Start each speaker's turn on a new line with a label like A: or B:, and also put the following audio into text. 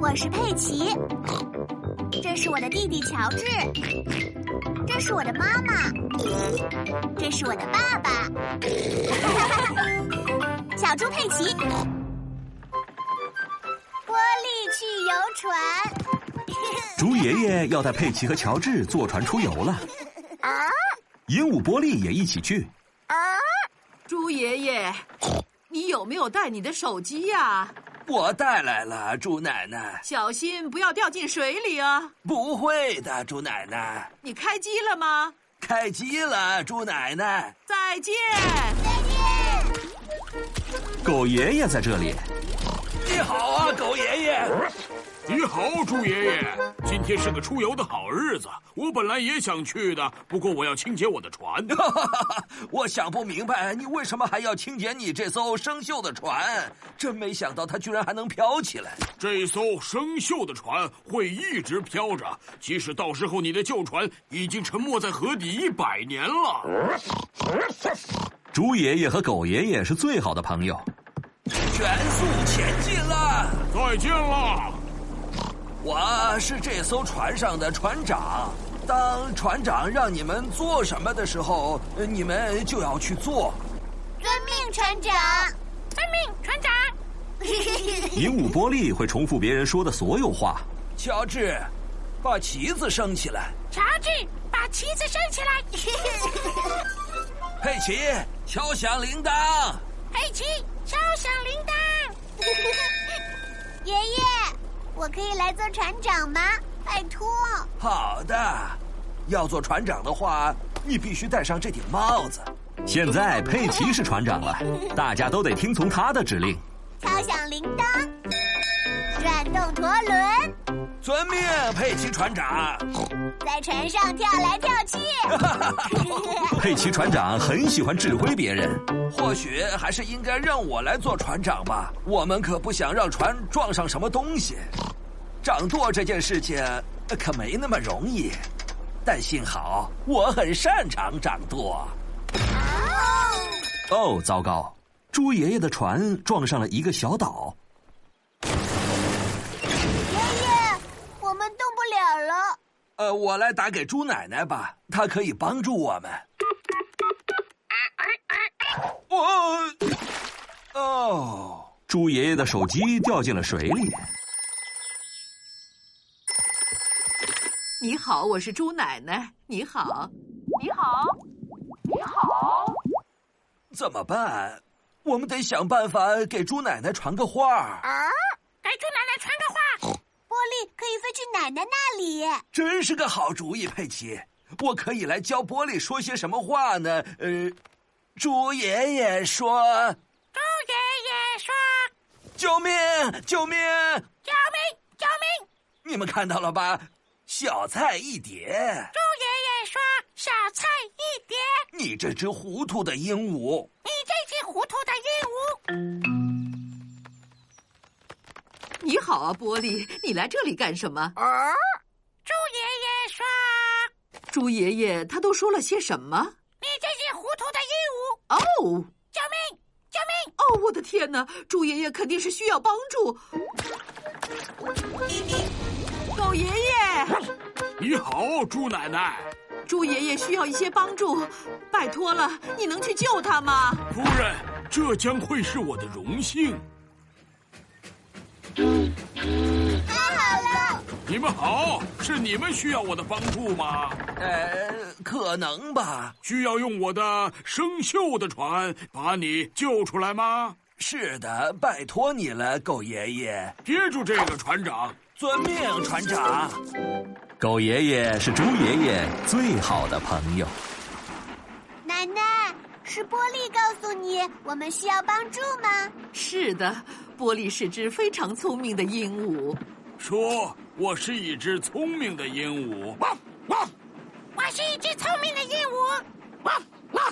A: 我是佩奇，这是我的弟弟乔治，这是我的妈妈，这是我的爸爸， 小猪佩奇，波利去游船
B: 猪爷爷要带佩奇和乔治坐船出游了，
A: 啊
B: 鹦鹉波利也一起去。
A: 啊！
C: 猪爷爷，你有没有带你的手机呀、
D: 我带来了，猪奶奶。
C: 小心不要掉进水里啊！
D: 不会的，猪奶奶。
C: 你开机了吗？
D: 开机了，猪奶奶。
C: 再见。
B: 狗爷爷在这里，
D: 你好啊，狗爷爷。
E: 你好，猪爷爷，今天是个出游的好日子。我本来也想去的，不过我要清洁我的船。
D: 我想不明白，你为什么还要清洁你这艘生锈的船？真没想到它居然还能飘起来。
E: 这艘生锈的船会一直飘着，即使到时候你的旧船已经沉没在河底一百年了。
B: 猪爷爷和狗爷爷是最好的朋友。
D: 全速前进了！
E: 再见了，
D: 我是这艘船上的船长。当船长让你们做什么的时候，呃你们就要去做。
A: 遵命，船长。遵命，船长。
B: 鹦鹉波利会重复别人说的所有话。
D: 乔治，把旗子升起来。
A: 乔治，把旗子升起来。
D: 佩奇，敲响铃铛。
A: 佩奇，敲响铃 铛。爷爷，我可以来做船长吗？拜托。
D: 好的，要做船长的话，你必须戴上这顶帽子。
B: 现在佩奇是船长了，大家都得听从他的指令。
A: 敲响铃铛，转动陀轮，
D: 遵命，佩奇船长。
A: 在船上跳来跳 去。
B: 佩奇船长很喜欢指挥别人。
D: 或许还是应该让我来做船长吧，我们可不想让船撞上什么东西。掌舵这件事情呃可没那么容易，但幸好我很擅长掌舵。
B: 哦，糟糕！猪爷爷的船撞上了一个小岛。
A: 爷爷，我们动不了了。
D: 呃，我来打给猪奶奶吧，她可以帮助我们。哦，哦，
B: 猪爷爷的手机掉进了水里。
C: 你好，我是猪奶奶。你好，
D: 怎么办？我们得想办法给猪奶奶传个话儿。
A: 啊！给猪奶奶传个话。玻璃可以飞去奶奶那里。
D: 真是个好主意，佩奇。我可以来教玻璃说些什么话呢？呃，猪爷爷说
A: 猪爷爷说：“
D: 救命，救命！：“
A: 救命，救命
D: 你们看到了吧？小菜一碟！”，
A: 猪爷爷说：“小菜一碟，
D: 你这只糊涂的鹦鹉！
A: 你这只糊涂的鹦鹉。
C: 你好啊，玻璃，你来这里干什么”？
A: 啊！猪爷爷说
C: 猪爷爷他都说了些什么？：“
A: 你这只糊涂的鹦鹉，
C: 哦
A: 救命，救命
C: 哦，我的天哪！猪爷爷肯定是需要帮助。狗爷爷，
E: 你好，猪奶奶。
C: 猪爷爷需要一些帮助，拜托了，你能去救他吗？
E: 夫人，这将会是我的荣幸。！”
A: 太好了，
E: 你们好，是你们需要我的帮助吗？
D: 呃，可能吧。
E: 需要用我的生锈的船把你救出来吗？
D: 是的，拜托你了，狗爷爷。
E: 接住这个船长，
D: 遵命，船长。
B: 狗爷爷是猪爷爷最好的朋友。
A: 奶奶。是玻璃告诉你我们需要帮助吗？
C: 是的，玻璃是只非常聪明的鹦鹉。
E: 说我是一只聪明的鹦鹉。
A: 我是一只聪明的鹦鹉。